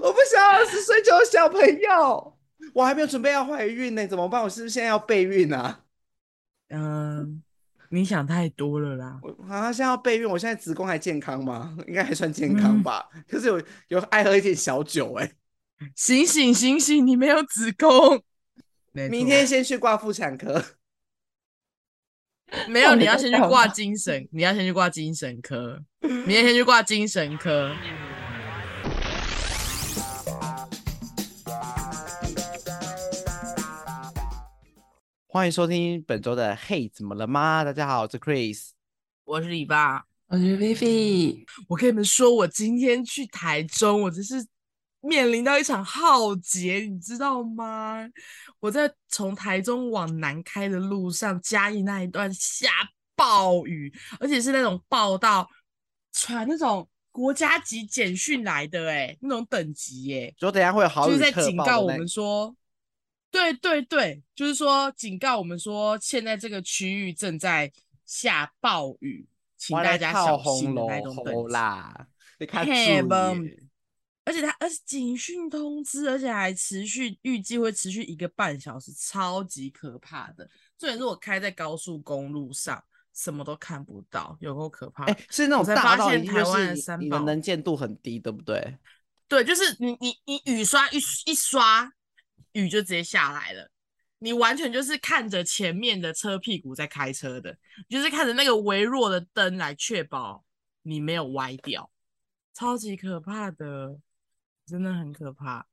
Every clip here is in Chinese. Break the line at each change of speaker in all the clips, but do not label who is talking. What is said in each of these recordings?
我不想二十岁就有小朋友，我还没有准备要怀孕呢、怎么办？我是不是现在要备孕啊？
嗯、你想太多了啦。
我好像现在要备孕，我现在子宫还健康吗？应该还算健康吧，可是有有爱喝一点小酒哎、
醒醒醒醒，你没有子宫。没
明
错
天先去挂妇产科，
没有，
那
你
你
要
就
先
这
去
样
挂
吧
精神，你要先去挂精神科，明天先去挂精神科。
欢迎收听本周的《嘿怎么了吗》。大家好，我是 Chris。
我是李爸，
我是 Vivi，
我跟你们说，我今天去台中，我真是面临到一场浩劫，你知道吗？我在从台中往南开的路上，嘉义那一段下暴雨，而且是那种暴到传那种国家级简讯来的、欸，哎，那种等级、欸，哎，
说等一下会有好
就
雨
是在
特
警
报
告
的
我
那
们说，对对对，就是说警告我们说，现在这个区域正在下暴雨，请
我要
大
来
家
套
小
红
心的
楼
那种等
红
级。
啦，你看住
嘿吧
耶
而且它而且警讯通知，而且还持续预计会持续一个半小时，超级可怕的。重点是我开在高速公路上，什么都看不到，有够可怕。
哎、是那种
我才
大
发
到
现
已经
台
就
湾
是
的
你
三
你的
宝
能见度很低，对不对？
对，就是你你你雨刷一一刷，雨就直接下来了。你完全就是看着前面的车屁股在开车的，就是看着那个微弱的灯来确保你没有歪掉，超级可怕的，真的很可怕。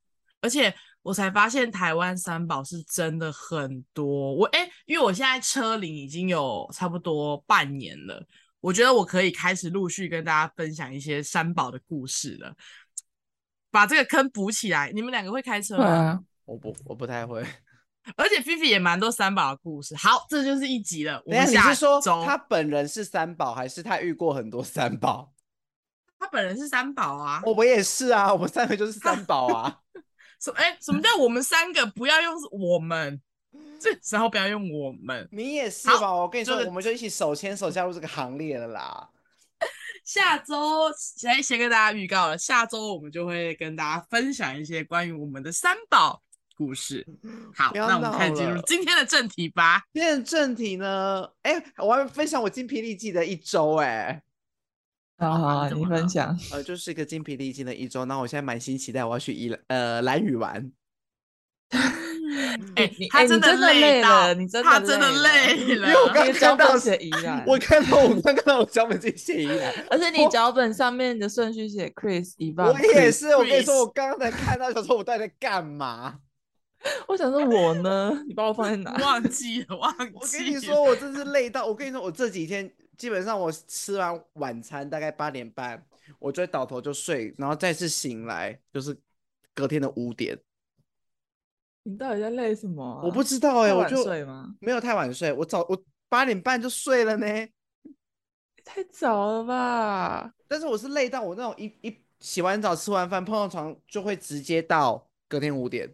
而且我才发现台湾三宝是真的很多。我哎、因为我现在车龄已经有差不多半年了，我觉得我可以开始陆续跟大家分享一些三宝的故事了，把这个坑补起来。你们两个会开车
对
吗？
啊，
我不我不太会。
而且菲菲也蛮多三宝的故事。好，这就是一集了。我
等一下
们
你
下
是说
周
他本人是三宝，还是他遇过很多三 宝？
他本人是三宝啊？
我们也是啊，我们三个就是三宝 啊。
什哎、什么叫我们三个不要用我们？这时候不要用我们。
你也是
好
吧？我跟你说
这，个
我们就一起手牵手加入这个行列了啦。
下周先先跟大家预告了，下周我们就会跟大家分享一些关于我们的三宝故事。好，
不要
那我们开始
闹
进入
了
今天的正题吧。
今天的正题呢？哎、我还没分享我精疲力尽的一周哎、
好
好
好
你
啊，
怎
你
么了
分享。
呃，就是一个精疲力尽的一周。那我现在满心期待我要去宜兰呃兰屿玩。嗯
哎、
你
他
哎你
真
真的
累
累
到
了你真的
他真的
累
累了，
因为我刚
啊因为
看
脚
到
本
是
写宜兰，
我看到我刚看到我脚本自己写宜兰，
而且你脚本上面的顺序写 Chris 一半，
我也是。我跟你
Chris
说，我刚才看到，想说我到底在干嘛？
我想说我呢，你把我放在哪？
忘记了，忘记了。
啊我跟你说，我真是累到，我跟你说，我这几天基本上我吃完晚餐大概八点半，我就会倒头就睡，然后再次醒来就是隔天的五点。
你到底在累什么啊、
我不知道哎、
太
我
晚
就
睡吗？
没有太晚睡，我早我八点半就睡了呢。
太早了吧？
但是我是累到我那种一一洗完澡吃完饭碰上床就会直接到隔天五点。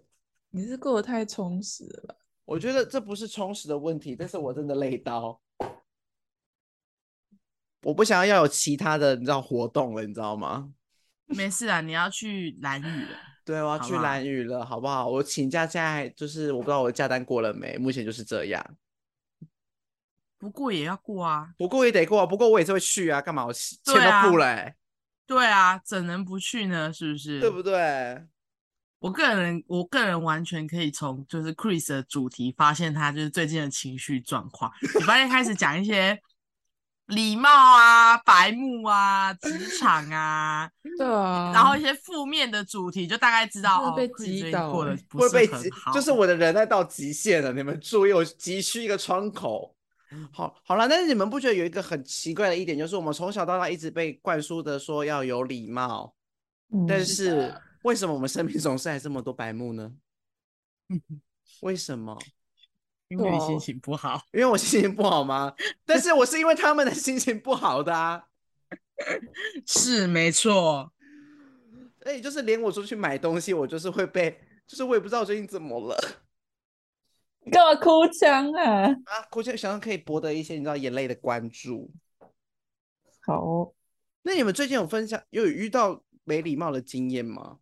你是过得太充实了吧？
我觉得这不是充实的问题，但是我真的累到，我不想要有其他的你知道活动了，你知道吗？
没事啊，你要去蓝屿了。
对，我要
好
去
啦
蓝屿了，好不好？我请假现在就是我不知道我的假单过了没，目前就是这样。
不过也要过啊。
不过也得过，不过我也是会去啊，干嘛？我钱
对啊
都付了、欸，
对啊，怎能不去呢？是不是？
对不对？
我个人，我个人完全可以从就是 Chris 的主题发现他就是最近的情绪状况。你发现开始讲一些礼貌啊、白目啊、职场 啊，
对
嗯
啊，
然后一些负面的主题，就大概知道
真的
哦
被
，Chris
击
最近
倒
过得
欸
不
会
是
被
很
极，
好。啊
就是我的忍耐到极限了。你们注意，我急需一个窗口。
嗯
好，好了，但是你们不觉得有一个很奇怪的一点，就是我们从小到大一直被灌输的说要有礼貌，
嗯
但是为什么我们身边总是还这么多白目 呢？为什么？
因为心
哦
情 不好，
因为我心情不好吗？但是我是因为他们的心情不好的啊。
是没错。
所以就是连我出去买东西，我就是会被，就是我也不知道我最近怎么了
你干嘛哭腔啊？
啊。我就想可以博得一些你知道眼泪的关注。
好哦，
那你们最近有分享有遇到没礼貌的经验吗？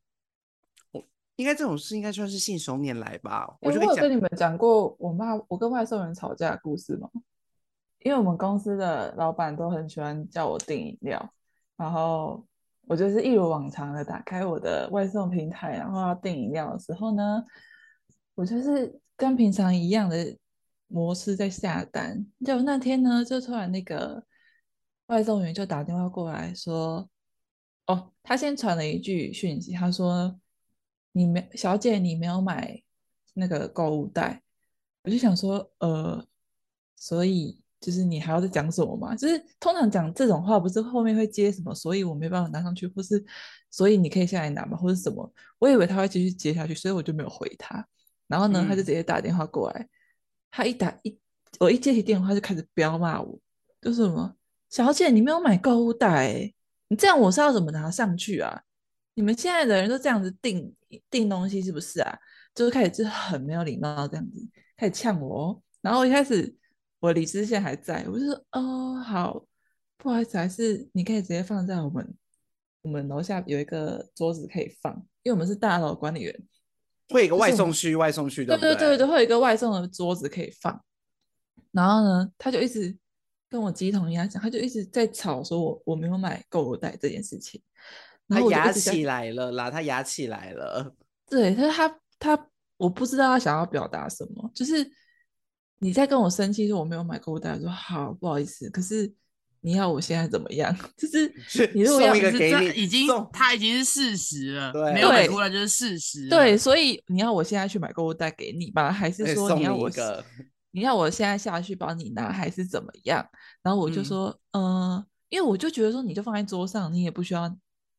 应该这种事应该算是信手拈来吧。
诶
就跟
我有
你讲
跟，你们讲过我妈我跟外送人吵架的故事吗？因为我们公司的老板都很喜欢叫我订饮料，然后我就是一如往常的打开我的外送平台，然后要订饮料的时候呢，我就是跟平常一样的模式在下单。就那天呢，就突然那个外送员就打电话过来说，哦，他先传了一句讯息，他说：“你没，小姐，你没有买那个购物袋。”我就想说，呃，所以就是你还要再讲什么嘛？就是通常讲这种话，不是后面会接什么，所以我没办法拿上去，或是所以你可以下来拿嘛，或者什么？我以为他会继续接下去，所以我就没有回他。然后呢，他就
嗯
直接打电话过来，他一打一，我一接起电话就开始飙骂我，就是什么小姐，你没有买购物袋、欸，你这样我是要怎么拿上去啊？你们现在的人都这样子订订东西是不是啊？就是开始就是很没有礼貌这样子，开始呛我哦。然后一开始我理智线还在，我就说哦好，不好意思，还是你可以直接放在我们我们楼下有一个桌子可以放，因为我们是大楼管理员，
会有一个
就是
外
我
送
们
区，外送区
对
不
对对对，会有一个外送的桌子可以放。然后呢，他就一直跟我鸡同鸭讲，他就一直在吵说我我没有买购物袋这件事情。然
他
后我就
压
一直跟
起来了啦，他压起来了。
对，但是他他我不知道他想要表达什么，就是你在跟我生气说我没有买购物袋，我说好不好意思，可是你要我现在怎么样？ 就是
是
你如果
送
要
一个
可是
给
这
你
已经
送
它已经是事实了，
对
没有
对
很突然就是事实了。
对，所以你要我现在去买购物袋给你吧，还
哎
是说
送
你要
你
我
一个
你要我现在下去帮你拿，还是怎么样？然后我就
嗯
说，嗯、呃，因为我就觉得说你就放在桌上，你也不需要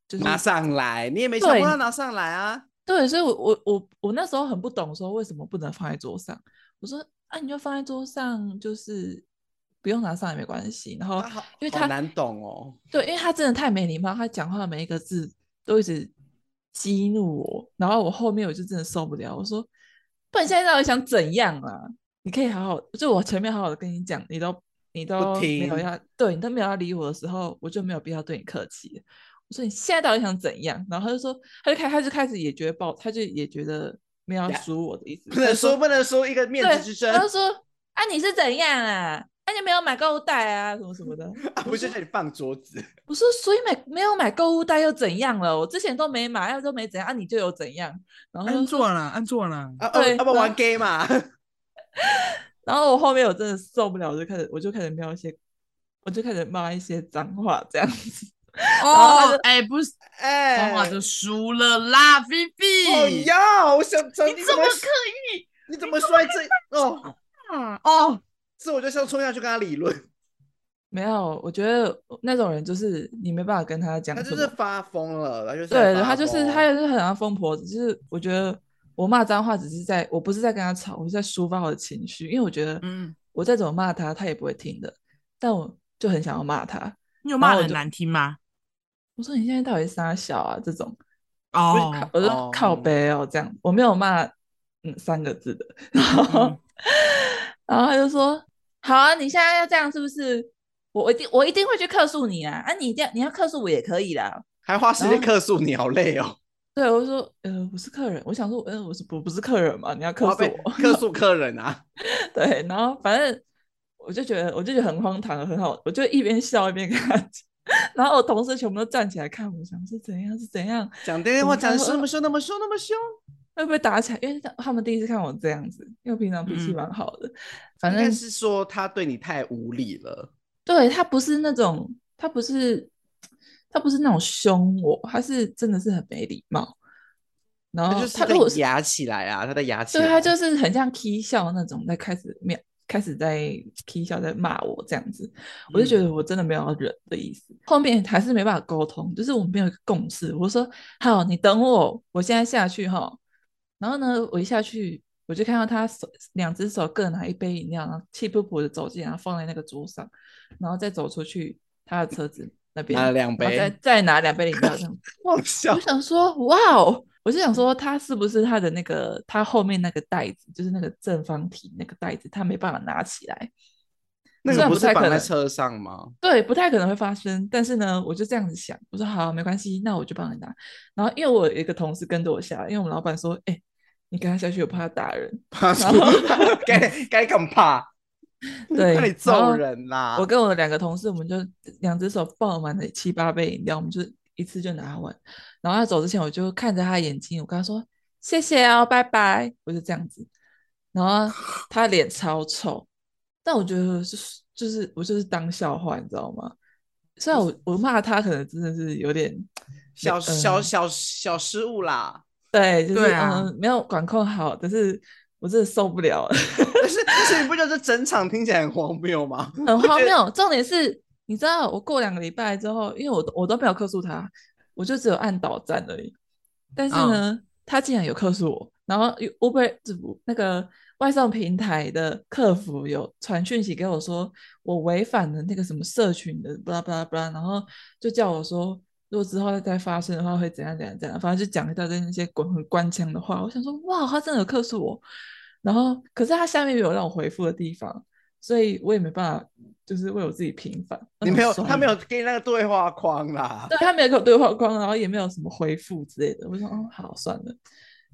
就是
拿上来，你也没想
对
过他拿上来啊。
对，所以我，我我我那时候很不懂，说为什么不能放在桌上？我说啊，你就放在桌上，就是不用拿上来没关系。然后
他啊好，
哦因为
好
他
难懂哦。
对，因为他真的太没礼貌，他讲话每一个字都一直激怒我，然后我后面我就真的受不了，我说，不然你现在到底想怎样啊？你可以好好，就我前面好好的跟你讲，你都你都没有
听
要，对你都没有要理我的时候，我就没有必要对你客气了。我说你现在到底想怎样？然后他就说，他就开，他就开始也觉得爆，他就也觉得没有要
呀
输我的意思，
不
他
能
就
说不能说一个面
对，
子之争
他就说啊你是怎样啊？啊你没有买购物袋啊什么什么的，
啊， 不是叫你放桌子，
我说，所以买没有买购物袋又怎样了？我之前都没买，又都没怎样，啊、你就有怎样？然后
按
嗯
就说，
做了，按 做了。
啊哦，
对
要不玩
那
gay 嘛？
然后我后面我真的受不了，我就开始我就开始瞄一些，我就开始骂一些脏话这样子。后他
哦
就，
哎，不是，
哎，
方华就输了啦，菲
哦
菲。
呀，我想知道
你
你
这么
会
刻意
你怎么说在这哦？
啊？哦，
这我就想冲下去跟他理 论，
没有，我觉得那种人就是你没办法跟他讲
他
什
就
么。
是发疯了，他就是在
对，
发
他就是
疯
他也是很像疯婆子，就是我觉得我骂脏话只是在我不是在跟他吵，我是在抒发我的情绪，因为我觉得
嗯，
我再怎么骂他，他也不会听的，但我就很想要骂他。
你有
然
骂
后
的
我
很
就
难听吗？
我说你现在到底傻小啊？这种。我就靠
哦，
我就靠
哦
背哦，这样我没有骂嗯三个字的，然后、
嗯
然后他就说好啊，你现在要这样是不是？我我一定我一定会去客诉你啊！啊，你一定要你要客诉我也可以啦。
还花时间
然后
客诉你，好累哦。
对，我就说呃我是客人，我想说呃我是我不是客人嘛，你要客
我要
诉
哦被
我。
客诉客人啊，
对，然后反正我就觉得我就觉得很荒唐，很好，我就一边笑一边跟他讲。 然后我同事全部都站起来看我，想是怎样是怎样，
讲电
怎
话
么
讲
他
得
会
凶那么凶，那么凶，那么凶，
会不会打起来？因为他他们第一次看我这样子，因为平常脾气
嗯
蛮好的，反
应该
正
是说他对你太无理了。
对他不是那种，他不是他不是那种凶我，他是真的是很没礼貌。然
他
后
就是
哦他如果
在
是
压起来啊，他在压起
对
来，
他就是很像 K 笑那种，在开始秒开始在 K 笑在骂我这样子，我就觉
嗯
得我真的没有要忍的意思。后面还是没办法沟通，就是我们没有一个共识。我说好，你等我，我现在下去哈。然后呢，我一下去，我就看到他手两只手各拿一杯饮料，然后气噗噗的走进来，然后放在那个桌上，然后再走出去他的车子那边，
拿了两
然后再
杯，
再拿两杯饮料这样
好笑
我想说，哇哦！我就想说，他是不是他的那个他后面那个袋子，就是那个正方体那个袋子，他没办法拿起来。
那
虽
个
然
不
不
是
太
绑
可
在
能
车上吗？
对，不太可能会发生。但是呢，我就这样子想，我说好，啊没关系，那我就帮你拿。然后因为我有一个同事跟着我下来，因为我们老板说，哎、你跟他下去，我怕他打人。
怕什
然
么？ 该该干怕？
对
怕你
然后
揍人
啊
啦！
我跟我的两个同事，我们就两只手抱满了七八杯饮料，我们就一次就拿完。然后他走之前，我就看着他的眼睛，我跟他说谢谢哦，拜拜，我就这样子。然后他脸超臭，但我觉得就是就是我就是当笑话，你知道吗？虽然我我骂他可能真的是有点
小
呃
小小小失误啦，
对，就是
对啊
嗯没有管控好，但是我真的受不了了。
但是但是你不觉得这整场听起来很荒谬吗？
很荒谬。重点是，你知道，我过两个礼拜之后，因为我都我都没有克诉他，我就只有按倒赞而已。但是
嗯
呢，他竟然有克诉我，然后 Uber 这不那个外送平台的客服有传讯息给我说，我违反了那个什么社群的巴拉巴拉巴拉，然后就叫我说。如果之后再发生的话，会怎样怎样怎样？反正就讲一大堆那些滚很官腔的话。我想说，哇，他真的有克诉我。然后，可是他下面没有让我回复的地方，所以我也没办法，就是为我自己平反。我
你
想
没 有，
算
他没
了
有，给你那个对话框啦。
对他没有给我对话框，然后也没有什么回复之类的。我就说，哦，好，算了，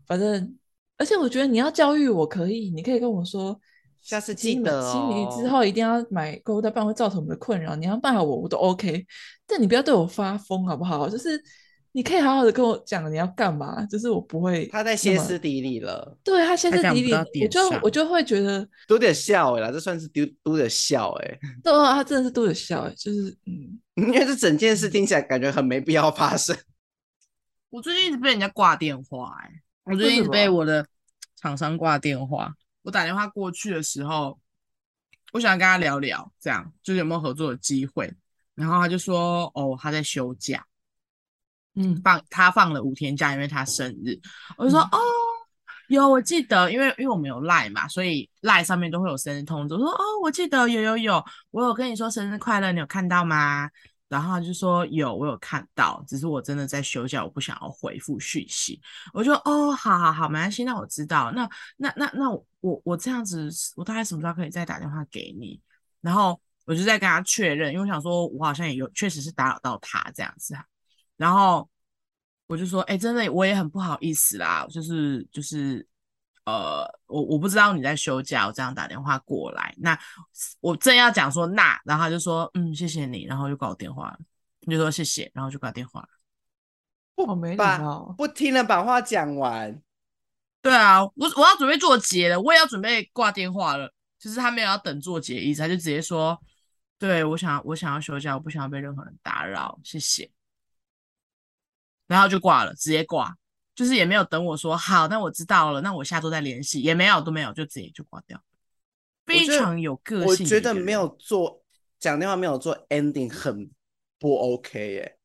反正，而且我觉得你要教育我可以，你可以跟我说，
下次
其实
记
你
得
们情侣之
哦
后一定要买购物袋，不然会造成我们的困扰。你要骂我，我都 OK，但你不要对我发疯，好不好？就是你可以好好的跟我讲你要干嘛，就是我不会
他在
那
歇
么
斯底里了，
对他歇
他
斯
讲
底
不
里，
到
我
点
就我
上
就会觉得，
丢点笑哎、啦，这算是丢丢点笑哎、
对啊，他真的是对我笑、欸，就是嗯，
因为这整件事听起来感觉很没必要发生。
我最近一直被人家挂电话、欸，我最
为
近一
什
直
么
被
啊
我的厂商挂电话。我打电话过去的时候，我想跟他聊聊，这样就是有没有合作的机会。然后他就说，哦，他在休假，嗯，放他放了五天假，因为他生日。我就说，
嗯
哦，有我记得，因为因为我们有赖嘛，所以赖上面都会有生日通知。我说，哦，我记得有有有，我有跟你说生日快乐，你有看到吗？然后他就说有，我有看到，只是我真的在休假，我不想要回复讯息。我就哦，好好好，没关系，那我知道。那那那那我我我这样子，我大概什么时候可以再打电话给你？然后我就再跟他确认，因为我想说，我好像也有确实是打扰到他这样子啊。然后我就说，哎、真的我也很不好意思啦，就是就是。呃，我我不知道你在休假，我这样打电话过来，那我正要讲说那，然后他就说嗯谢谢你，然后就挂我电话了，我就说谢谢，然后就挂电话了。
我没礼
把
貌。哦
不听了，把话讲完。
对啊，我我要准备做结了，我也要准备挂电话了。就是他没有要等做结的意思，他就直接说：“对我想我想要休假，我不想要被任何人打扰，谢谢。”然后就挂了，直接挂，就是也没有等我说好，那我知道了，那我下周再联系，也没有都没有，就直接就挂掉，非
觉得
常有个性。
我觉得没有做讲电话，没有做 ending 很不 OK 耶、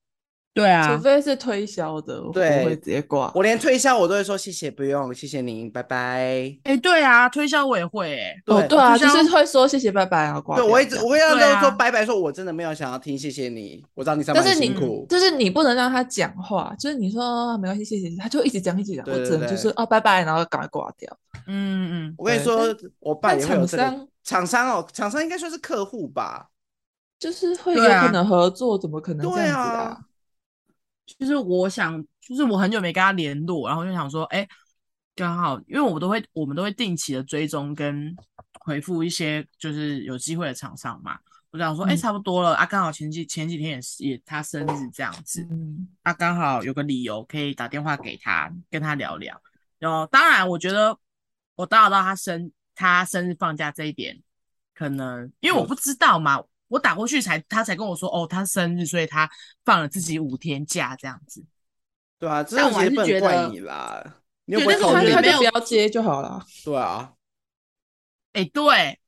对啊
除，非是推销的，我
对
我会直接挂。
我连推销我都会说谢谢，不用，谢谢您，拜拜。
哎、对啊，推销我也会哎、
哦，对啊，就
推销
是会说谢谢拜拜，然后挂
对
掉。
我一直我会让
对
他们
啊
说拜拜，说我真的没有想要听，谢谢你，我知道你上
但
班
是
很
你
辛苦。
就是你不能让他讲话，就是你说哦没关系，谢谢，他就一直讲一直讲，
对
我
对
只能就
对
是哦拜拜，然后赶快挂掉。
嗯嗯，
我跟你
对
说，我爸
但
也会有这
厂
个
商
厂商哦，厂商应该算是客户吧？
就是会有
对啊
可能合作，怎么可能这
对
样子
啊
啊？，
就是我想，就是我很久没跟他联络，然后就想说，哎、刚好，因为我们都会，我们都会定期的追踪跟回复一些就是有机会的厂商嘛。我就想说，哎、
嗯
差不多了啊，刚好前几前几天也是也他生日这样子，
嗯，
啊，刚好有个理由可以打电话给他，跟他聊聊。然后，当然，我觉得我打扰到他生他生日放假这一点，可能因为我
有
不知道嘛，我打过去才他才跟我说，哦，他生日，所以他放了自己五天假这样子。
对啊，这
但
种
我
也
还是
不能
觉
怪
得
你啦，你又
对
不会
但
扣
是觉
他
得
他
人
没
就
有
不要接就好了。
对啊，
哎，对，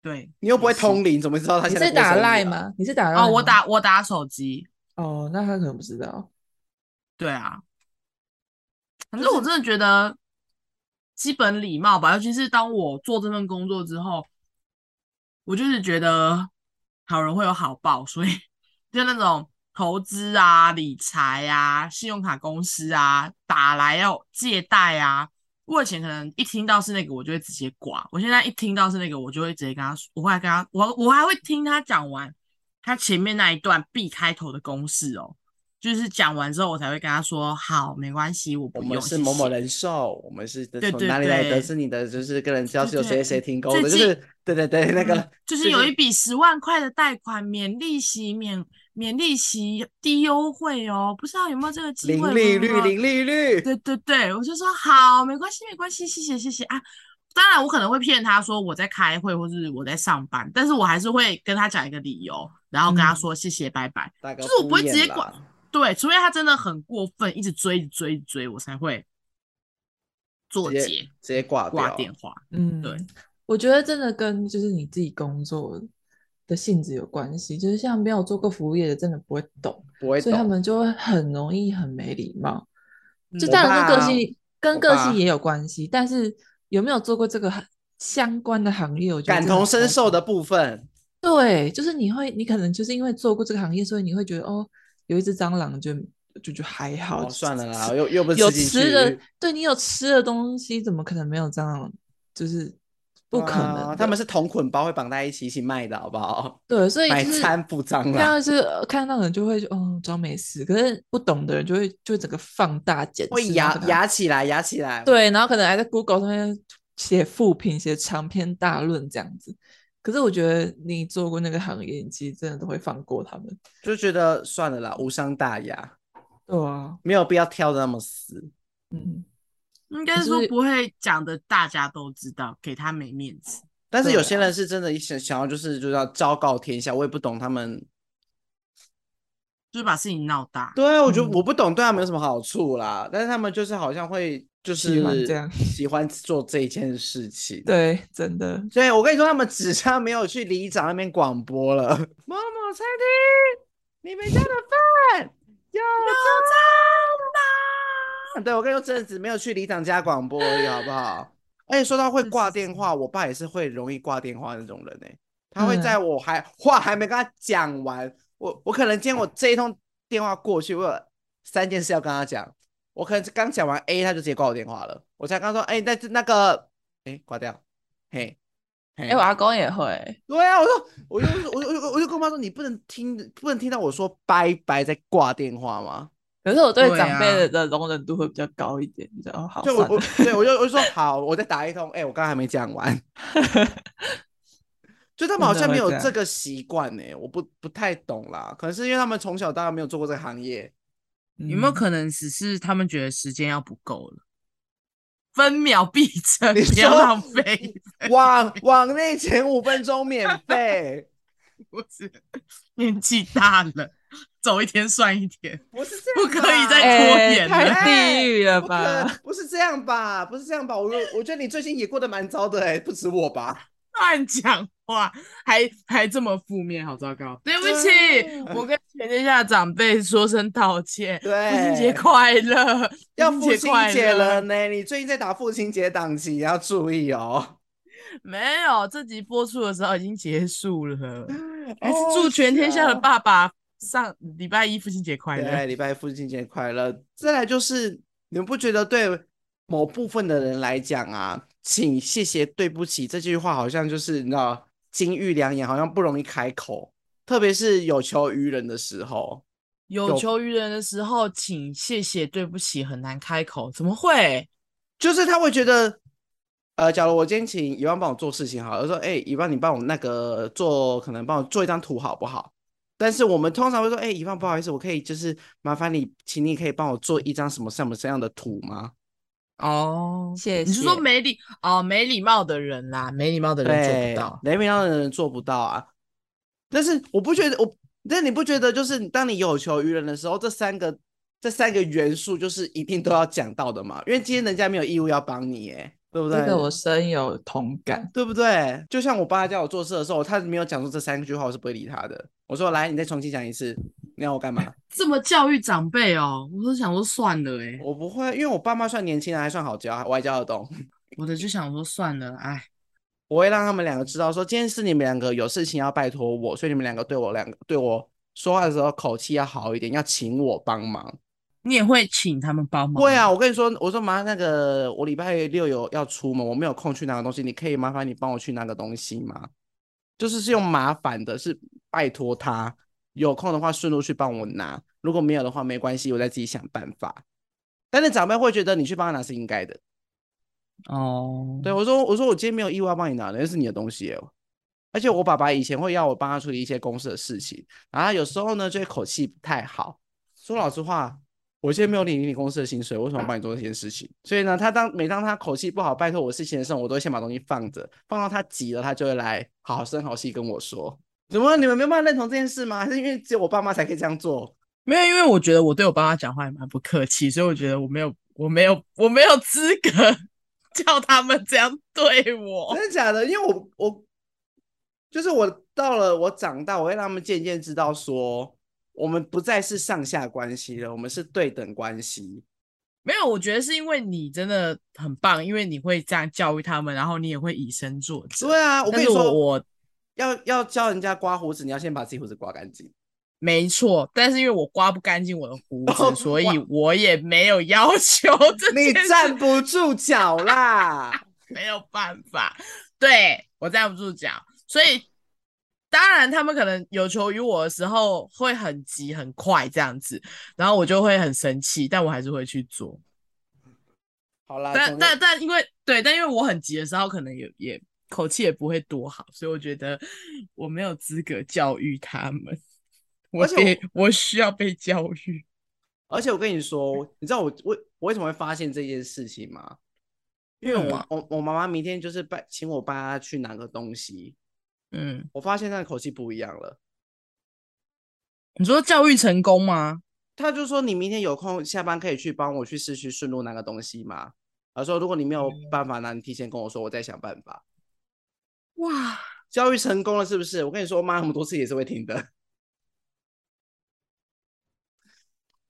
对，
你又不会
也是
通灵，怎么知道他
你
现在
是
过
打
生日
赖
啊？
吗？你是打赖
哦，我
吗
打我打手机，
哦，那他可能不知道。
对啊。反正我真的觉得基本礼貌吧，尤其是当我做这份工作之后，我就是觉得好人会有好报，所以 就那种投资啊、理财啊、信用卡公司啊、打来要借贷啊，我以前可能一听到是那个，我就会直接挂。我现在一听到是那个，我就会直接跟他说，我会跟他，我我还会听他讲完他前面那一段 B 开头的公式哦，就是讲完之后我才会跟他说，好，没关系，我
我
不用。
们是
谢
某某
谢
人寿，我们是
对
从
对
哪里来
对
得知你的就是个人资料是由
对
谁
对
谁停工的，就
最
是
近
对对对，那个
嗯就
最
是有一
近
笔十万块的贷款，免利息，免免利息，低优惠哦，不知道有没有这个机
零
会？
利
不
率，零利率，
对对对，我就说好，没关系，没关系，谢谢谢谢啊。当然，我可能会骗他说我在开会或是我在上班，但是我还是会跟他讲一个理由，然后跟他
嗯
说谢谢拜拜。
大概
就是我不会直接
管
管，对，除非他真的很过分，一直追、一直追、一直追，我才会做
直接
结
直接挂
挂
掉
电话。
嗯，
对，
我觉得真的跟就是你自己工作的性质有关系，就是像没有做过服务业的，真的不会懂，
不会
所以他
懂。
们就会很容易很没礼貌。就
嗯我
当然跟
爸
个性跟
我啊
个
爸
性也有关系，但是有没有做过这个行相关的行业，我觉得
感
真的
同
很
身
关
受
键
的部分，
对，就是你会，你可能就是因为做过这个行业，所以你会觉得哦，有一只蟑螂就就就还好，
哦，算了啦，
吃
又又不是
有
吃进
吃的
去，
对你有吃的东西，怎么可能没有蟑螂？就是不可
啊
能
他们
的
是同捆包会绑在一起一起卖的，好不好？
对，所以
买
就是
餐不蟑
看
螂，
到是呃看到人就会嗯装没事，可是不懂的人就会就会整个放大检
会
视，然
压
后可能还
压起来，压起来。，
对，然后可能还在 Google 上面写复评、写长篇大论这样子。可是我觉得你做过那个行业，你其实真的都会放过他们。
就觉得算了啦，无伤大雅，
对啊，
没有必要挑的那么死。
嗯。
应该
可
说
是
不会讲的，大家都知道，给他没面子。
但是
对
有些
啊
人是真的想想要就是就是要昭告天下，我也不懂他们。
就是把事情闹大。
对，啊我觉得
嗯
我不懂，对他们有什么好处啦？但是他们就是好像会就是
喜欢这样
喜欢做这一件事情。
对，真的，
所以我跟你说，他们只差没有去里长那边广播了。某某餐厅，你们家的饭有蟑螂。对，我跟你说，真的只没有去里长家广播而已，好不好？而且说到会
是
挂
是
电
是
话，我爸也是会容易挂电话那种人呢、他会
嗯
在我还话还没跟他讲完，我我可能今天我这一通电话过去，我有三件事要跟他讲，我可能刚讲完 A，他就直接挂我电话了。我才刚说，哎、那那个，哎、挂掉，嘿，哎
哎、我阿公也会，
对啊，我说，我就我就我就我就跟我妈说，你不能听，不能听到我说拜拜再挂电话吗？
可是我对
对
长辈
啊
的的容忍度会比较高一点，比较哦好
就我
算
我
了，
对我就我就说好，我再打一通。哎、我刚刚还没讲完， 就他们好
真的
像没
会
有
这样
这个习惯呢，我不不太懂啦，可能是因为他们从小到大没有做过这个行业，
有没有
嗯
可能只是他们觉得时间要不够了，分秒必 争，
你
不要
说
浪费，
往往内前五分钟免 费，
不是年纪大了，走一天算一天，
不是这样
啊
不可
吧
以再拖
哎、
延了
太地狱了
不可
吧？
不是这样吧？不是这样吧？我我觉得你最近也过得蛮糟的哎、不止我吧？
乱讲话，还还这么负面，好糟糕！对不
对
起，我跟全天下长辈说声道歉。
对，
父亲节快乐，
要
父
父
亲节
亲
快
节了
乐。
呢，你最近在打父亲节档期，要注意哦。
没有，这集播出的时候已经结束了。还是啊
哦
祝全天下的
是哦
爸爸上礼拜一父亲节快乐
对，。礼拜父亲节快乐。再来就是，你们不觉得对某部分的人来讲啊，请、谢谢、对不起这句话，好像就是你知道金玉良言，好像不容易开口，特别是有求于人的时候。
有
有
求于人的时候，请谢谢对不起，很难开口，怎么会？
就是他会觉得，呃，假如我今天请一万帮我做事情好了，我说，哎、一万你帮我那个做，可能帮我做一张图好不好？但是我们通常会说，哎、一万不好意思，我可以就是麻烦你，请你可以帮我做一张什么什么这样的图吗？
哦
谢
你是说
谢
没礼哦，没礼貌的人啦，没礼貌的人做
对
不到，。
雷米让的人做不到啊。但是我不觉得，我但你不觉得，就是当你有求于人的时候，这三个这三个元素就是一定都要讲到的嘛，因为今天人家没有义务要帮你，哎，对不对？
这个我深有同感。
对不对？就像我爸叫我做事的时候，他没有讲出这三句话，我是不会理他的。我说：“来，你再重新讲一次，你要我干嘛
这么教育长辈哦，我都想说算了欸诶、？”
我不会，因为我爸妈算年轻人，还算好教，我还教得动。
我的就想说算了，哎，
我会让他们两个知道说，今天是你们两个有事情要拜托我，所以你们两个对我两个对我说话的时候口气要好一点，要请我帮忙。
你也会请他们帮忙？
会啊，，我跟你说，我说妈，那个我礼拜六有要出门，我没有空去拿个东西，你可以麻烦你帮我去拿个东西吗？就是是用麻烦的，是拜托他有空的话顺路去帮我拿，如果没有的话没关系，我再自己想办法。但是长辈会觉得你去帮他拿是应该的。
哦，
对，我说我说我今天没有义务要帮你拿的，那是你的东西耶。而且我爸爸以前会要我帮他处理一些公司的事情，然后有时候呢就会口气不太好。说老实话，我现在没有领你公司的薪水，为什么帮你做这件事情？所以呢，他当每当他口气不好拜托我事情的时候，我都会先把东西放着，放到他急了，他就会来好好声好气跟我说：“怎么你们没有办法认同这件事吗？还是因为只有我爸妈才可以这样做
没有，因为我觉得我对我爸妈讲话也蛮不客气，所以我觉得我没有，我没有，我没有资格 叫他们这样对？”我。
真的假的？因为我我就是我到了我长大，我会让他们渐渐知道说，我们不再是上下关系了，我们是对等关系。
没有，我觉得是因为你真的很棒，因为你会这样教育他们，然后你也会以身作则。
对啊，我跟
但
你
是
说，
我我
要要教人家刮胡子，你要先把自己胡子刮干 净。
没错，但是因为我刮不干净我的胡
哦
子，所以我也没有要求这
你
件事
站不住脚啦！
没有办法，对我站不住脚，所以当然他们可能有求于我的时候会很急很快这样子，然后我就会很生气，但我还是会去做。
好啦，
但
啊总
但但因为对，但因为我很急的时候，可能也也口气也不会多好，所以我觉得我没有资格教育他们，我
而且我
得我需要被教育。
而且我跟你说，你知道我为我为什么会发现这件事情吗？因为
为什
我
么
我我妈妈明天就是拜请我爸去拿个东西，
嗯，
我发现她的口气不一样了。
你说教育成功吗？
她就说：“你明天有空下班可以去帮我去市区顺路拿个东西吗？”她说：“如果你没有
嗯
办法拿，你提前跟我说，我再想办法。
哇，”
教育成功了是不是？我跟你说，我妈那么多次也是会听的。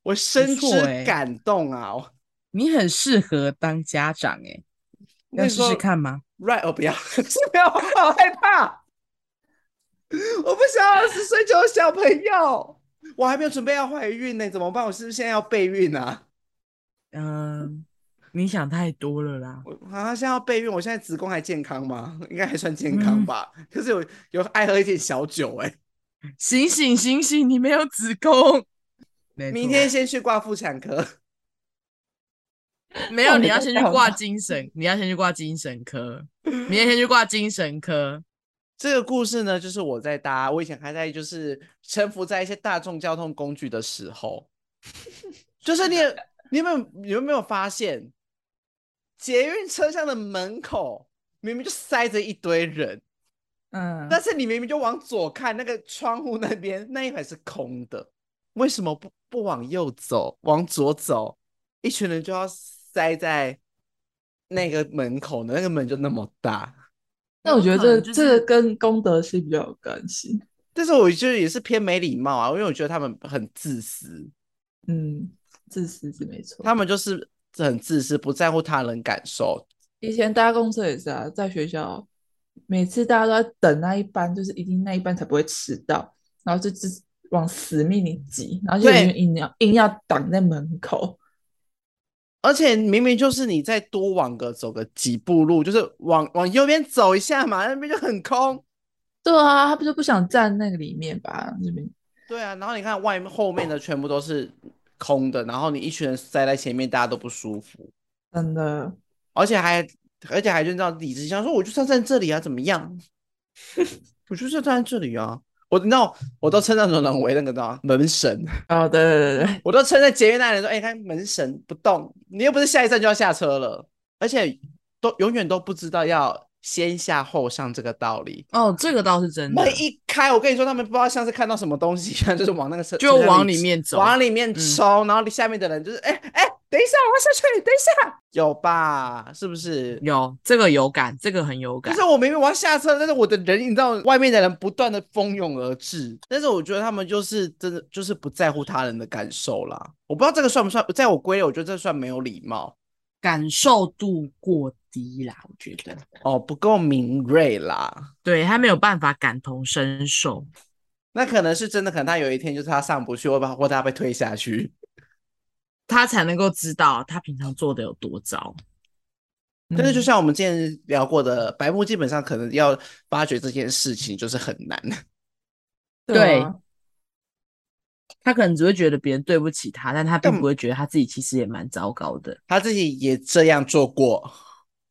我深
错
知
欸
感动啊！我
你很适合当家长哎、
那
要
时
试
候
试看吗？
Right，我不哦要， 是不要，我好害怕，我不想要二十岁就有小朋友，我还没有准备要怀孕呢，怎么办？我是不是现在要备孕啊？
嗯，你想太多了啦。
我啊，现在要备孕，我现在子宫还健康吗？应该还算健
嗯
康吧，可是有有爱喝一点小酒哎、
醒醒醒醒，你没有子宫。没
明
错
天先去挂妇产科，
没有，
你
你要
在
先去
干
挂
嘛
精神，你要先去挂精神科，明天先去挂精神科。
这个故事呢，就是我在搭，我以前还在就是臣服在一些大众交通工具的时 候，就是你也你有没有你有没有发现，捷运车厢的门口明明就塞着一堆人，
嗯，
但是你明明就往左看，那个窗户那边那一排是空的，为什么不不往右走，往左走，一群人就要塞在那个门口呢？那个门就那么大。
那我觉得
可能
这
就
这
是
个跟公德心比较有关系。
但是我觉得也是偏没礼貌啊，因为我觉得他们很自私，
嗯，自私是没错。
他们就是很自私，不在乎他人感受。
以前搭公车也是啊，在学校每次大家都在等那一班，就是一定那一班才不会迟到，然后就只往死命里挤，然后就有
对
人硬要硬要挡在门口。
而且明明就是你再多往个走个几步路，就是往往右边走一下嘛，那边就很空。
对啊，他不就不想站那个里面吧？这边
对啊，然后你看外面后面的全部都是空的，然后你一群人塞在前面，大家都不舒服，
真的，
而且还而且还就这样理直气壮说我就站在这里啊，怎么样？ 我就是站在这里啊，我你知道我都称赞那种人为那个什么门神。
哦，对对对对，
我都称赞捷运那人说：“哎、看门神不动，你又不是下一站就要下车了，而且都永远都不知道要先下后上这个道理。
哦，这个倒是真的
门，一开，我跟你说，他们不知道像是看到什么东西一样，就是往那个车
就
车厢
往里面走。
啊
嗯
往里面冲，然后下面的人就是哎哎、等一下，我要下去，等一下，有吧？是不是？
有这个有感，这个很有
就
感
是。我明明我要下车，但是我的人，你知道，外面的人不断的蜂拥而至，但是我觉得他们就是真的就是不在乎他人的感受啦。我不知道这个算不算，在我归类，我觉得这算没有礼貌
感受度过低啦，我觉得，
哦，不够敏锐啦。
对他没有办法感同身受。嗯
那可能是真的，可能他有一天就是他上不去，或把或他被推下去。
他才能够知道他平常做的有多糟。
但是就
嗯
像我们之前聊过的，白目基本上可能要发掘这件事情就是很难。
对啊，
他可能只会觉得别人对不起他，但他并
但
不会觉得他自己其实也蛮糟糕的。
他自己也这样做过，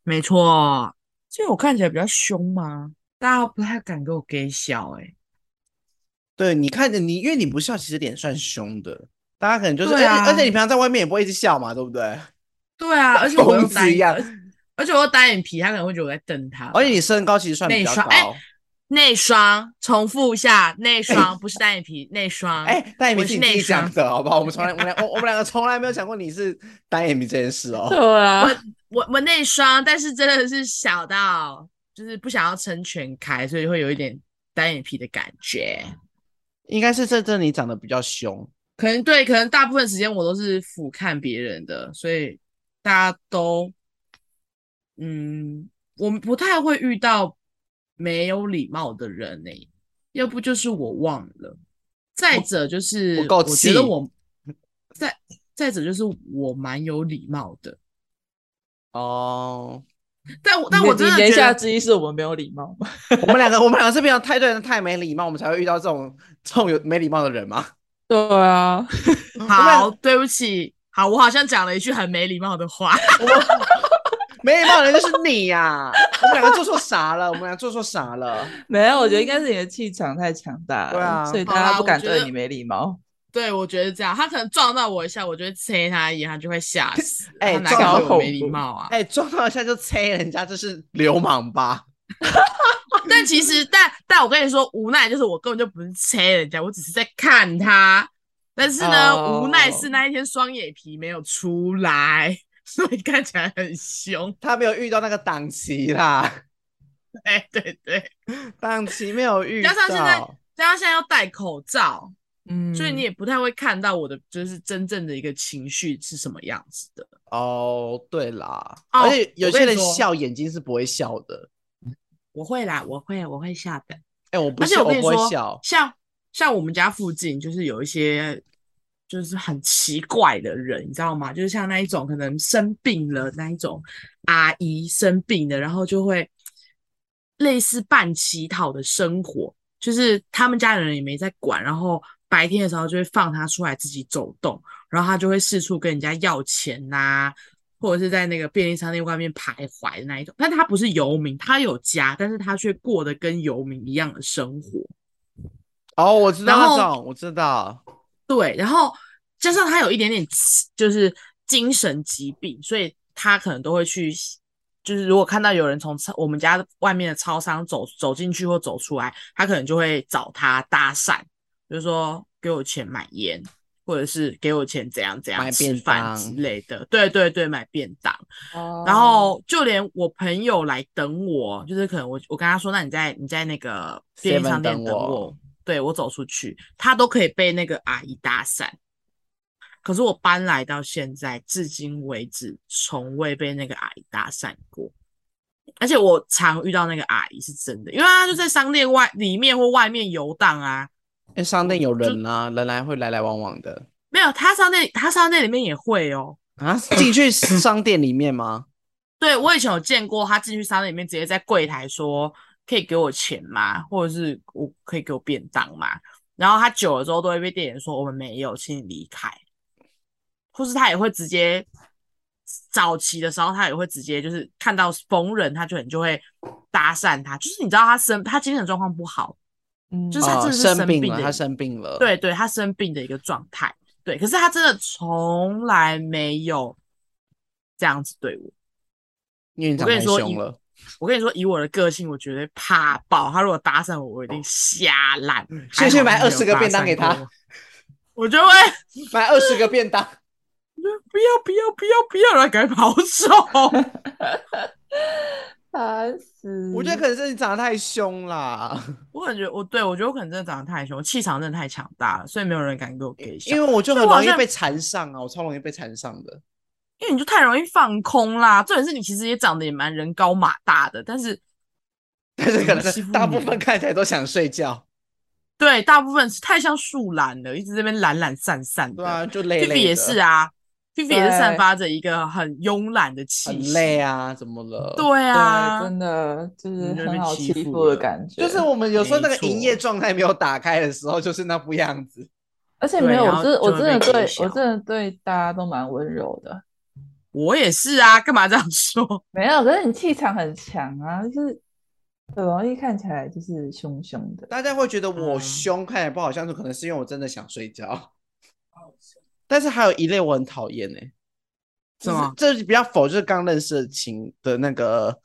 没错，所以我看起来比较凶吗？大家不太敢给我给笑、欸，哎，
对，你看着你，因为你不笑，其实脸算凶的，大家可能就是，
对啊
而且而且你平常在外面也不会一直笑嘛，对不对？
对啊，而且我又
疯子
单
一样
而而且我又单眼皮，他可能会觉得我在瞪他吧。
而且你身高其实算比
内
较
双哎
高，
内双，重复一下，内双不是单眼皮，内双。
哎，但也
我
没
是
是你自
内
己讲
双
的，好不好？我们从来，我们两，我我们两个从来没有讲过你是单眼皮这件事哦。
对啊，
我我内双，但是真的是小到就是不想要撑全开，所以会有一点单眼皮的感觉。
应该是这阵你长得比较凶，
可能对，可能大部分时间我都是俯瞰别人的，所以大家都，嗯，我们不太会遇到没有礼貌的人呢、要不就是我忘了，再者就是
不够
我觉得
气
我，再再者就是我蛮有礼貌的，
哦。
但我
你
但
的
我真
你
的
言
觉
下
得
之意是我们没有礼貌吗？
我们两个，我们两个是平常太对人太没礼貌，我们才会遇到这种这种有没礼貌的人嘛。
对啊，
好，对不起，好，我好像讲了一句很没礼貌的话。
没礼貌的人就是你呀、 我们两个做错啥了？我们俩做错啥了？
没有，我觉得应该是你的气场太强大了，
对啊
所以大
好
家
啦
不
我
敢
觉
对
得
你没礼貌。
对，我觉得这样，他可能撞到我一下，我就会切他一眼，他就会 吓死。
哎
他哪
撞
敢
到
对我
恐
没礼
怖
貌啊？
哎、撞到一下就催人家，这是流氓吧？
但其实，但但我跟你说，无奈就是我根本就不是切人家，我只是在看他。但是呢无奈是
哦
那一天双眼皮没有出来， 所以看起来很凶。
他没有遇到那个档期啦，
哎，对对，
档期没有遇到。
加上现在加上现在要戴口罩，
嗯，
所以你也不太会看到我的就是真正的一个情绪是什么样子的。
哦，对啦，
哦
而且有
我跟
些
你
人
说
笑眼睛是不会笑的。
我会啦，我会，我会笑的。
哎、我不
而且
是，
我跟你
不会
说
笑，。
像像我们家附近就是有一些就是很奇怪的人，你知道吗？就是像那一种可能生病了那一种阿姨生病了，然后就会类似办乞讨的生活，就是他们家人也没在管，然后白天的时候就会放他出来自己走动，然后他就会四处跟人家要钱啊呐、或者是在那个便利商店外面徘徊的那一种，但他不是游民，他有家，但是他却过得跟游民一样的生活。
哦，我知道
然后
那种，我知道。
对，然后加上他有一点点奇就是精神疾病，所以他可能都会去，就是如果看到有人从超我们家外面的超商走走进去或走出来，他可能就会找他搭讪，就是说给我钱买烟，或者是给我钱怎样怎样
买
吃
便
饭之
当
类的。对对对，买便当。
哦，
然后就连我朋友来等我，就是可能我我跟他说，那你在你在那个便利
7-Eleven
商店
等
等
我
我，对我走出去，他都可以被那个阿姨搭讪。可是我搬来到现在，至今为止从未被那个阿姨搭讪过，而且我常遇到那个阿姨是真的，因为她就在商店外里面或外面游荡啊，
因为哎商店有人啊，人来会来来往往的
没有她商店她商店里面也会哦，
啊。进去商店里面吗？
对，我以前有见过他进去商店里面，直接在柜台说可以给我钱吗？或者是我可以给我便当吗？然后他久了之后都会被店员说我们没有，请你离开。或是他也会直接早期的时候，他也会直接就是看到逢人，他就很就会搭讪他，就是你知道他生他精神状况不好，
嗯
就是 他
哦
真的是
生
生
病
病
了，
的
他生病了。
对对，他生病的一个状态，对，可是他真的从来没有这样子对我。
因为你长
我跟
太
你说，
凶
以
了，
我跟你说，以我的个性，我绝对怕爆。他如果搭讪我，我一
哦
定瞎烂。
先去
还好
买
他没有
20个便当
搭讪
给他
过我，我就会
买二十个便 当。
不要不要不要不要，然后赶快 跑走。
烦死！
嗯
我觉得可能是你长得太凶啦，
我感觉我对我觉得我可能真的长得太凶，我气场真的太强大了，所以没有人敢给我给笑，
因为我就很
我好
容易
像
被缠上啊，我超容易被缠上的。
因为你就太容易放空啦。重点是你其实也长得也蛮人高马大的，但是
但是可
怎么欺
能
负
大
你
部
啊
分看起来都想睡觉，
对大部分是太像树懒了，一直这边懒懒散散的。
对啊，就累
屁
累
屁也
的
是，啊，菲菲也是散
对
发着一个很慵懒的气
很
息。
累啊，怎么了？
对啊，
对，真的就是
你就被
很好
欺
欺
负
负的
了
感觉，
就是我们有时候那个
没错
营业状态没有打开的时候，就是那副样子。
而且
对
没有，
然
我
后
真
就
我
会
真
被
的
揭
对我
晓
真的对大家都蛮温柔的，
我也是啊，干嘛这样说？
没有，可是你气场很强啊，就是很容易看起来就是凶凶的。
大家会觉得我
嗯
凶，看起来不好相处，可能是因为我真的想睡觉。但是还有一类我很讨厌呢，欸
什么？
这比较否，就是刚认识的情的那个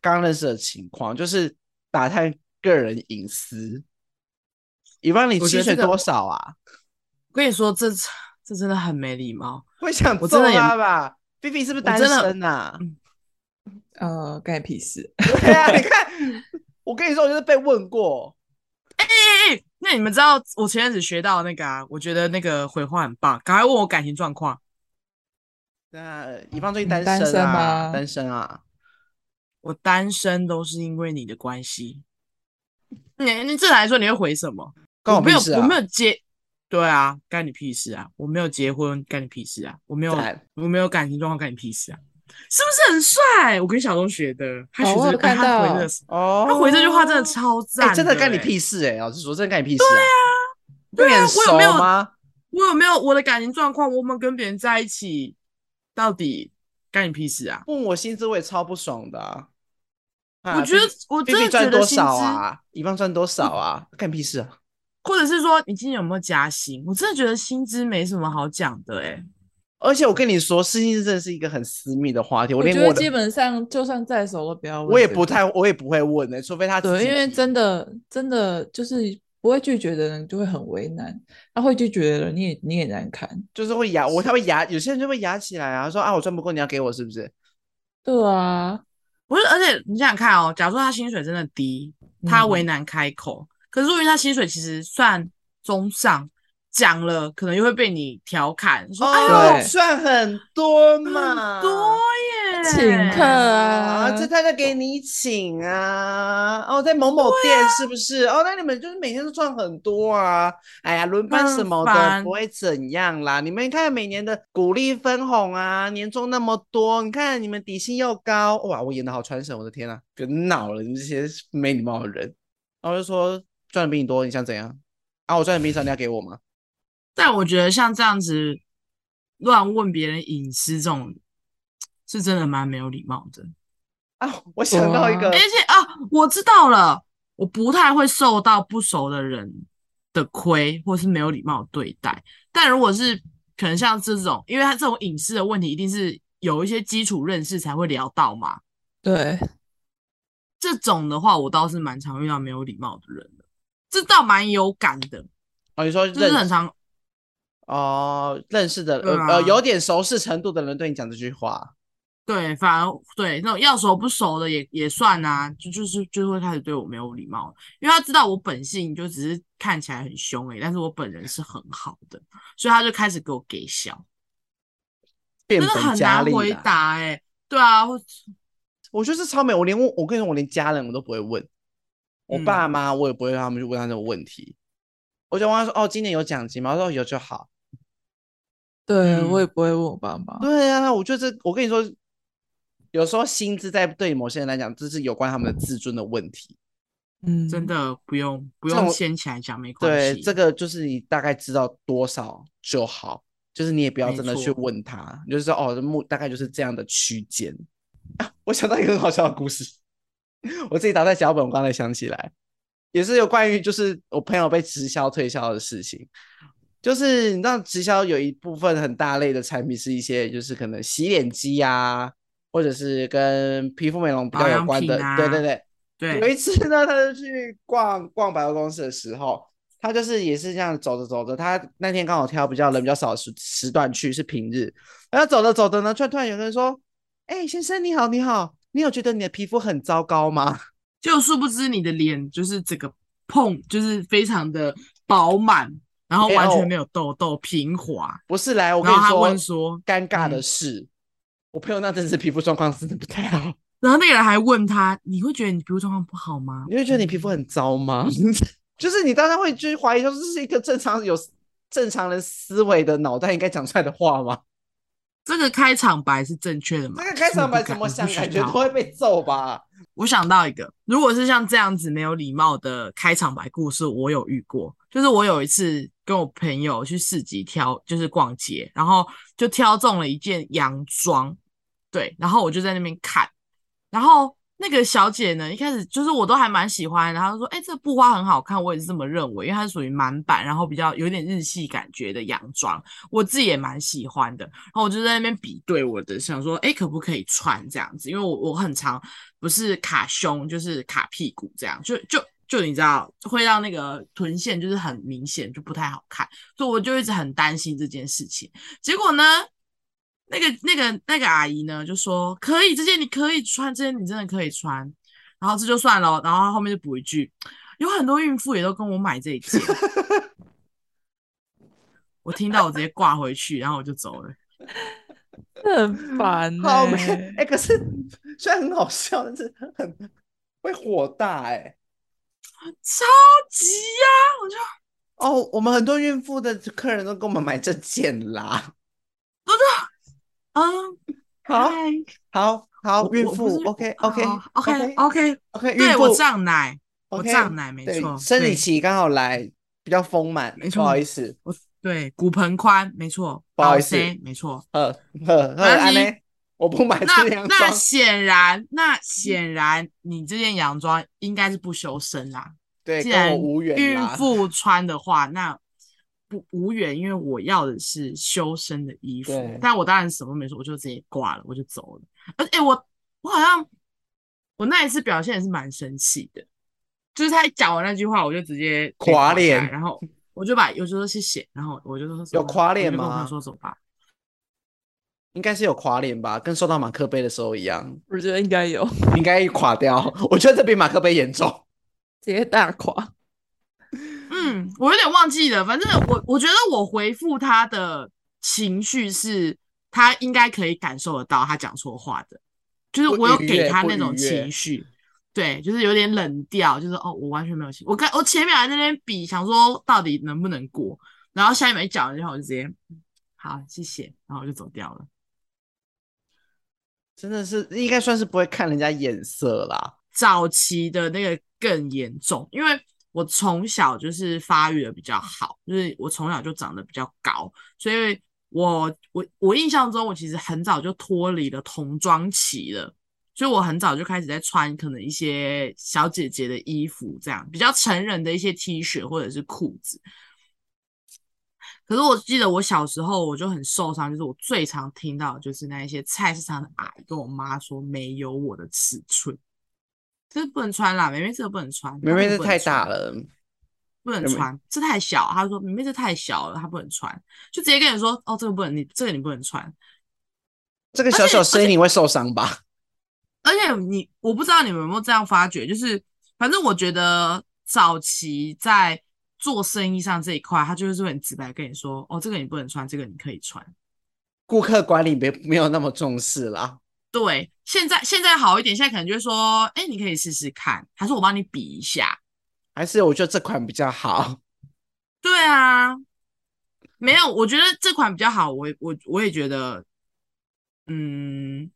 刚认识的情况，就是打探个人隐私。以帮你
我
薪
觉得
水
这个
多少啊？
我跟你说，这这真的很没礼貌。
会想
我真的
揍
也
他吧菲菲是不是单
真的
身啊？
呃，干你屁事？
对啊，你看，我跟你说，我就是被问过，
哎、那你们知道我前阵子学到那个啊？我觉得那个回话很棒，赶快问我感情状况。
那以方最近
你
单
单
身
身
啊，
吗
单身啊，
我单身都是因为你的关系。你你正常来说你会回什么？
关我
我没
屁
有
事啊！
我没有结，对啊，干你屁事啊！我没有结婚，干你屁事啊！我没有
赞
我没有感情状况，干你屁事啊！是不是很帅？我跟小东学的，他
哦
学
我
这
有
个，哎
看
他回这
到
个，
哦
他回这句话真的超赞、
哎，真的干你
欸！
屁事哎！老实说，真的干你屁事啊！对
对啊
跟你很
我有没有
熟吗？
我有没有我的感情状况？我有没有跟别人在一起？到底干你屁事啊？
问我薪资我也超不爽的啊。啊
我觉得
菲菲
我
菲
真
菲
的
赚
觉
多
得薪
少
资，
啊？一方赚多少啊？干屁事啊！
或者是说你今年有没有加薪？我真的觉得薪资没什么好讲的哎、
而且我跟你说，事情真的是一个很私密的话题，我
我
连
觉得
我的
基本上就算在手都不要问。
我也不太，我也不会问的，除非他自
对，
己
因为
提
真的真的就是不会拒绝的人就会很为难，那会拒绝的人你也你也难堪。
就是会压我，他会压，有些人就会压起来啊，说啊我赚不够，你要给我是不是？
对啊，
不是，而且你想想看哦，假如说他薪水真的低，他为
嗯
难开口，可是因为他薪水其实算中上，讲了可能又会被你调侃，说、哎
哦，
对
赚很多
呦
嘛，
很多耶，
请客
啊，
啊，
这他在给你请啊，哦，在某某店是不是？哦，那你们就是每天都赚很多啊，哎呀，轮班什么
很
的
烦
不会怎样啦。你们看每年的股利分红啊，年终那么多，你看你们底薪又高，哇，我演的好传神，我的天啊，别闹了，你们这些没礼貌的人。然后就说赚的比你多，你想怎样？啊，我赚的比你少，你要给我吗？
但我觉得像这样子乱问别人隐私这种，是真的蛮没有礼貌的。
啊，我想到一个
哇
而，且啊，我知道了，我不太会受到不熟的人的亏，或是没有礼貌的对待。但如果是可能像这种，因为他这种隐私的问题，一定是有一些基础认识才会聊到嘛。
对，
这种的话，我倒是蛮常遇到没有礼貌的人的，这倒蛮有感的，
哦，你说
就是
认
很常
哦，认识的
对
呃
啊
呃有点熟识程度的人对你讲这句话。
对，反而对那种要熟不熟的也也算啊，就就是就会开始对我没有礼貌，因为他知道我本性就只是看起来很凶诶、但是我本人是很好的，所以他就开始给我给笑，
变
真的
本
很
加
难
厉
回
啦
答诶、对啊，或
我觉得是超美，我连问，我跟你说，我连家人我都不会问，我
嗯
爸妈我也不会让他们去问他这种问题。我就问他说：“哦，今年有奖金吗？”他说：“有就好。
对我
嗯
也不会问我爸妈。
对啊，我觉得这，我跟你说，有时候薪资在对某些人来讲，这是有关他们的自尊的问题。
嗯，
真的不用不
这
用
种
掀起来讲，没关
对，
系。
这个就是你大概知道多少就好，就是你也不要
没
真的去
错
问他，你就是说哦，目大概就是这样的区间。啊，我想到一个很好笑的故事，我自己打在脚本，我刚才想起来，也是有关于就是我朋友被直销推销的事情。就是你知道直销有一部分很大类的产品是一些就是可能洗脸机啊，或者是跟皮肤美容比
保
较有
养
关
品
的，对对
啊
对。有
对，
一次呢，他就去逛逛百货公司的时候，他就是也是这样走着走着，他那天刚好挑比较人比较少的时时段去，是平日。然后走着走着呢，突然突然有个人说：“哎、先生你好，你好，你有觉得你的皮肤很糟糕吗
就殊不知你的脸就是整个碰，就是非常的饱满，然后
哎
完全
哦
没有痘痘，平滑。？”
不是来，我跟
然
你
后他问
说，
说，
尴尬的
嗯
是，我朋友那阵子皮肤状况真的不太好，
然后那个人还问他：“你会觉得你皮肤状况不好吗？”
你会觉得你皮
嗯
肤很糟吗？ 就是你当然会去怀疑，说这是一个正常有正常人思维的脑袋应该讲出来的话吗？
这个开场白是正确的吗？
这个开场白怎么想，感觉都会被揍吧？
我想到一个，如果是像这样子没有礼貌的开场白故事，我有遇过。就是我有一次跟我朋友去市集挑，就是逛街，然后就挑中了一件洋装，对，然后我就在那边看，然后那个小姐呢，一开始就是我都还蛮喜欢，然后她说，哎、这布花很好看，我哎也是这么认为，因为它是属于满版，然后比较有点日系感觉的洋装，我自己也蛮喜欢的。然后我就在那边比对我的，想说，哎、可不可以穿这样子？因为我我很常不是卡胸就是卡屁股这样，就就就你知道会让那个臀线就是很明显，就不太好看，所以我就一直很担心这件事情。结果呢，那个那个那个阿姨呢就说可以，这件你可以穿，这件你真的可以穿。然后这就算了哦，然后她后面就补一句，有很多孕妇也都跟我买这一件。我听到我直接挂回去，然后我就走了。
很烦、欸。
好没哎、可是虽然很好笑，但是很会火大哎、
超级呀、我就
哦，我们很多孕妇的客人都给我们买这件啦。
嗯，
好，
嗨
好，好，
我
孕
我不
妇
是
，OK OK
好
哦
OK
OK 哦
OK，
OK，孕
对
妇
我胀奶，我
OK，
胀奶没
对
错，
生理
对
期刚好来，比较丰满，
没
不好
错
意思，
对骨盆宽没错，
不好
凹
意思
陷 没错。
呃呃呃，
关
安
系
呢？我不买
那
这嗯两
那
双，
显然，那显然你这件洋装应该是不修身啦。
对，
既
跟
然
我无缘
孕
啦。
妇穿的话，那不无缘，因为我要的是修身的衣服
对。
但我当然什么都没说，我就直接挂了，我就走了。而且、诶我我好像我那一次表现也是蛮生气的，就是他讲完那句话，我就直接给
垮
下来
脸
然后我就把我就说谢谢，然后我就说
有垮脸
吗？我就跟我朋友
吗
说走吧，
应该是有垮脸吧，跟收到马克杯的时候一样，
我觉得应该有，
应该垮掉。 我觉得这比马克杯严重。
直接大垮。
嗯，我有点忘记了，反正我我觉得我回复他的情绪是，他应该可以感受得到他讲错话的，就是
不
我有
愉
给
悦
他
不
那
愉
种
悦
情绪，对，就是有点冷掉，就是哦，我完全没有情，我跟我前面还在那边比，想说到底能不能过，然后下一秒一讲完之后，我就直接嗯好谢谢，然后我就走掉了，
真的是应该算是不会看人家眼色啦。
早期的那个更严重，因为我从小就是发育的比较好，就是我从小就长得比较高，所以我我我印象中我其实很早就脱离了童装期了，所以我很早就开始在穿可能一些小姐姐的衣服，这样比较成人的一些 T 恤或者是裤子。可是我记得我小时候我就很受伤，就是我最常听到的就是那一些菜市场的阿姨跟我妈说没有我的尺寸，这不能穿啦，妹妹这个不能穿，
妹妹这太
大
大了，
不能
妹妹
穿，这太小。他说明明这太小了，他不能穿，就直接跟你说哦，这个不能，你这个你不能穿。
这个小
而且
小声音你会受伤吧？
而且你，我不知道你们有没有这样发觉，就是反正我觉得早期在做生意上这一块，他就是会很直白地跟你说，哦，这个你不能穿，这个你可以穿。
顾客管理没没有那么重视啦。
对，现在现在好一点，现在可能就会说，哎，你可以试试看，还是我帮你比一下。
还是我觉得这款比较好。
对啊，没有，我觉得这款比较好，我也我我也觉得，嗯，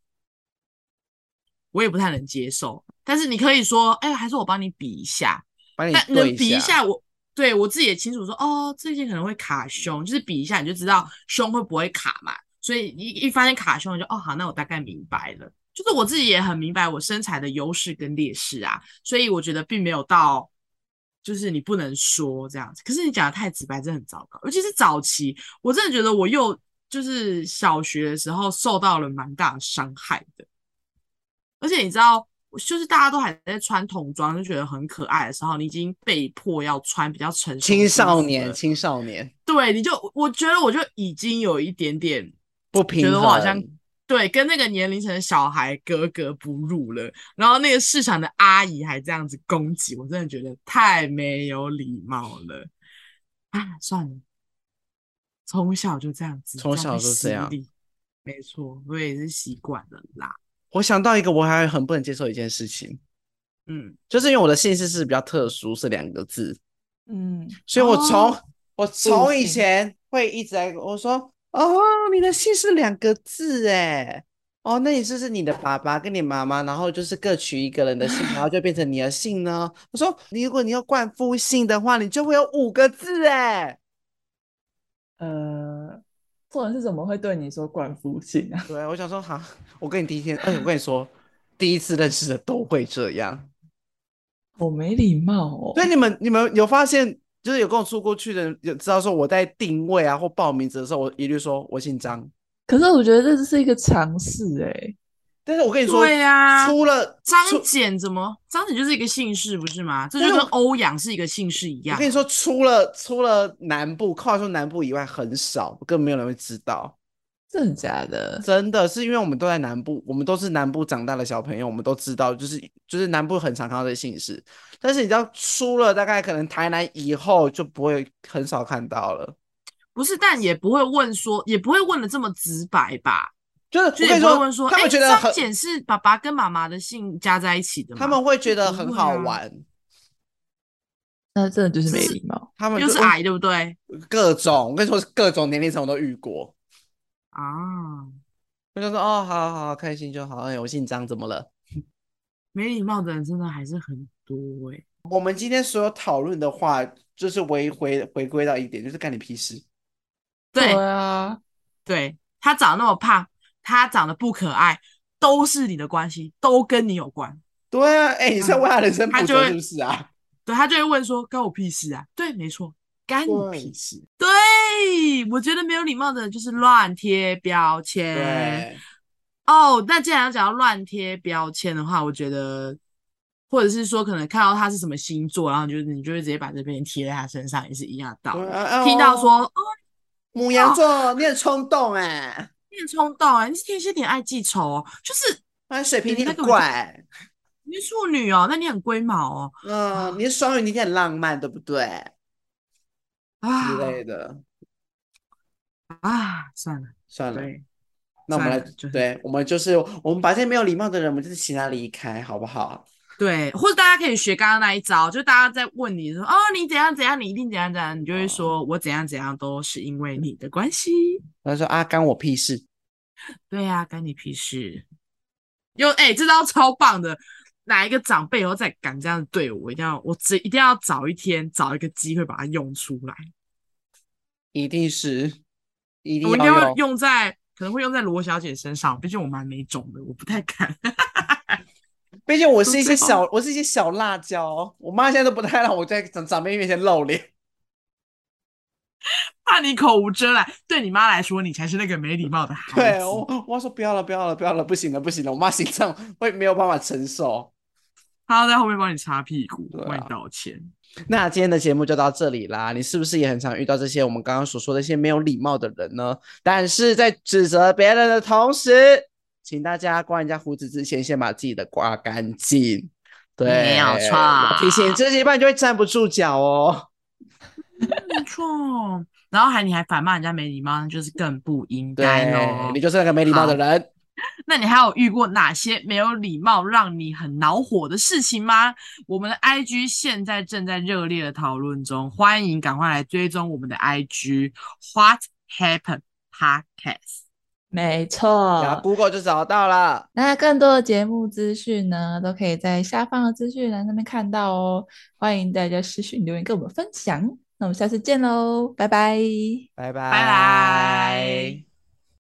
我也不太能接受。但是你可以说，哎、还是我帮你比一下，
把你
但能
对
比一下我。对我自己也清楚说，哦，这件可能会卡胸，就是比一下你就知道胸会不会卡嘛。所以一一发现卡胸，你就哦好，那我大概明白了。就是我自己也很明白我身材的优势跟劣势啊，所以我觉得并没有到，就是你不能说这样子。可是你讲的太直白，真的很糟糕，尤其是早期，我真的觉得我又就是小学的时候受到了蛮大的伤害的。而且你知道，就是大家都还在穿童装，就觉得很可爱的时候，你已经被迫要穿比较成熟的衣
青
服
少年，
了
青少年
对，你就我觉得我就已经有一点点
不平
觉
衡。
得我好像对跟那个年龄层的小孩格格不入了，然后那个市场的阿姨还这样子攻击，我真的觉得太没有礼貌了啊！算了，从小就这样子，
从
这
小
样被
就这
洗
样
礼，没错，我也是习惯了啦，
我想到一个，我还很不能接受一件事情，
嗯，
就是因为我的姓氏是比较特殊，是两个字，
嗯，
所以我从、
哦
我从
姓
以前会一直在我说哦，你的姓是两个字哎，哦，那你是不是你的爸爸跟你妈妈，然后就是各取一个人的姓，然后就变成你的姓呢？我说，你如果你要冠夫姓的话，你就会有五个字哎。
呃，做人是怎么会对你说冠夫姓啊？
对，我想说，哈，我跟你第一天，哎而且我跟你说，第一次认识的都会这样。
好没礼貌哦。
所以你们你们有发现，就是有跟我出过去的人，有知道说我在定位啊或报名字的时候，我一律说我姓张。
可是我觉得这是一个尝试哎。
但是我跟你说，
对啊呀
出了
张
出
简怎么？张简就是一个姓氏，不是吗？这
但
就是跟
我
欧阳是一个姓氏一
我
样。
跟你说，除了除了南部，跨出南部以外很少，根本没有人会知道。
真的假的？
真的是因为我们都在南部，我们都是南部长大的小朋友，我们都知道，就是就是南部很常看到的姓氏。但是你知道，出了大概可能台南以后就不会很少看到了。
不是，但也不会问说，也不会问的这么直白吧？
就是我
就
跟
也
你
不会
说，
问说，
他
哎，
们觉得
张
很，
简是爸爸跟妈妈的姓加在一起的吗？
他们会觉得
不
很
会
好
啊
玩，
那真的就是没
是
礼貌。
他们
又
就是嗯
矮，对不对？
各种，我跟你说，各种年龄层我都遇过。
啊，
我就说哦，好好好，开心就好。哎，我姓张，怎么了？
没礼貌的人真的还是很多哎、
我们今天所有讨论的话，就是回回回归到一点，就是干你屁事。
对
啊，
对，他长那么胖，他长得不可爱，都是你的关系，都跟你有关。
对啊，哎、你是在为 他人生
他
补
就
救
会
是不是啊？
对他就会问说，干我屁事啊？对，没错，干你
对
屁事。对，我觉得没有礼貌的人就是乱贴标签。
对，
哦，那既然要讲到乱贴标签的话，我觉得，或者是说可能看到他是什么星座，然后你就你就会直接把这边贴在他身上，也是一样的道
对
理。
啊
听到说哦，
母羊座你很冲动哎、
你很冲动啊，你是天蝎点爱记仇哦，就是
啊，水瓶
对
你很
那个我就
怪，
你是处女哦，那你很龟毛哦
嗯，你是双鱼，你一定很浪漫，对不对？
啊
之类的。
啊，算了，
算了，
对，
那我们来
算了就，是
对，我们就是我们把这些没有礼貌的人，我们就是请他离开，好不好？
对，或者大家可以学刚刚那一招，就大家在问你说哦，你怎样怎样，你一定怎样怎样，
哦
你就会说我怎样怎样都是因为你的关系。
他说啊，干我屁事。
对呀、干你屁事！又哎、这招超棒的，哪一个长辈以后再敢这样对我，一定要我只一定要找一天找一个机会把它用出来。
一定是，一定
我应该
要
会用在，可能会用在罗小姐身上，毕竟我蛮没种的，我不太敢。
毕竟我是一
最
些
后
小，我是一些小辣椒，我妈现在都不太让我在长长辈面前露脸。
怕你口无遮拦，对你妈来说，你才是那个没礼貌的孩子。
对哦我，我妈说不要了，不要了，不要了，不行了，不行了，我妈心脏 会没有办法承受。
她要在后面帮你擦屁股，
对啊
帮你道歉。
那今天的节目就到这里啦，你是不是也很常遇到这些我们刚刚所说的一些没有礼貌的人呢？但是在指责别人的同时，请大家刮人家胡子之前，先把自己的刮干净。对，
没有错
提醒自己，不然你就会站不住脚哦。
没错， 然后还你还反骂人家没礼貌，那就是更不应该
对
喽，。
你就是那个没礼貌的人。
那你还有遇过哪些没有礼貌让你很恼火的事情吗？我们的 IG 现在正在热烈的讨论中，欢迎赶快来追踪我们的 IG What Happened Podcast。
没
然
错
后。Google 就找到了。
那更多的节目资讯呢，都可以在下方的资讯栏上面看到哦。欢迎大家私讯留言跟我们分享。那我们下次见喽，拜拜。
拜拜，
拜拜。